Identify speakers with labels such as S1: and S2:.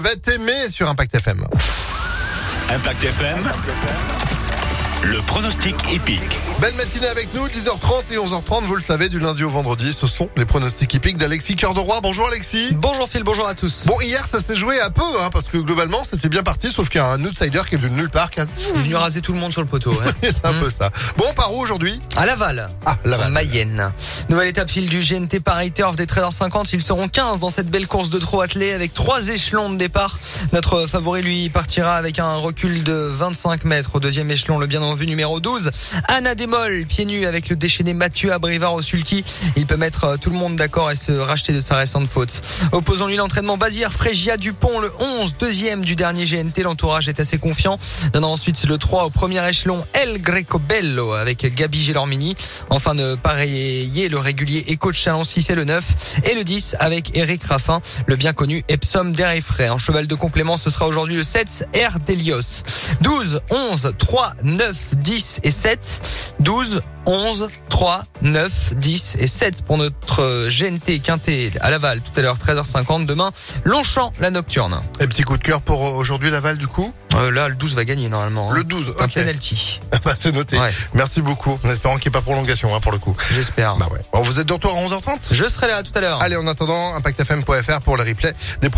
S1: va t'aimer sur Impact FM.
S2: Impact FM, le pronostic épique.
S1: Belle matinée avec nous, 10h30 et 11h30, vous le savez, du lundi au vendredi, ce sont les pronostics hippiques d'Alexis Cœur de Roi. Bonjour Alexis.
S3: Bonjour Phil, bonjour à tous.
S1: Bon, hier, ça s'est joué à peu, hein, parce que globalement, c'était bien parti, sauf qu'il y a un outsider qui est venu de nulle part. qui a- Ah,
S3: Je vais raser tout le monde sur le poteau. ouais.
S1: C'est un peu ça. Bon, on part où aujourd'hui
S3: À Laval,
S1: Ah,
S3: en
S1: Laval.
S3: Mayenne. Nouvelle étape Phil du GNT Paris Turf des 13h50. Ils seront 15 dans cette belle course de trot attelé avec trois échelons de départ. Notre favori, lui, partira avec un recul de 25 mètres au deuxième échelon, le bien en vue numéro 12. Anna Démol, pieds nus avec le déchaîné Mathieu Abrivard au sulky. Il peut mettre euh, tout le monde d'accord et se racheter de sa récente faute. Opposant lui l'entraînement Bazir, Frégia Dupont, le 11, deuxième du dernier GNT. L'entourage est assez confiant. Il y en a ensuite le 3 au premier échelon, El Greco Bello avec Gabi Gelormini. Enfin de pareiller le régulier Echo de Chalon 6 et le 9. Et le 10 avec Eric Raffin, le bien connu Epsom Derefray. En cheval de complément, ce sera aujourd'hui le 7 R d'Elios. 12, 11, 3, 9, 10 et 7. 12, 11, 3, 9, 10 et 7 pour notre euh, GNT Quintet à Laval tout à l'heure 13h50. Demain, Longchamp, la nocturne.
S1: Et petit coup de cœur pour euh, aujourd'hui Laval, du coup
S3: Euh, là, le 12 va gagner normalement. hein.
S1: Le 12,
S3: C'est un
S1: ok.
S3: penalty.
S1: Bah, c'est noté.
S3: Ouais.
S1: Merci beaucoup, en espérant qu'il n'y ait pas prolongation, hein, pour le coup.
S3: J'espère.
S1: Bah ouais. Bon, vous êtes de retour à 11h30
S3: Je serai là tout à l'heure.
S1: Allez, en attendant, impactfm.fr pour le replay des pronostics.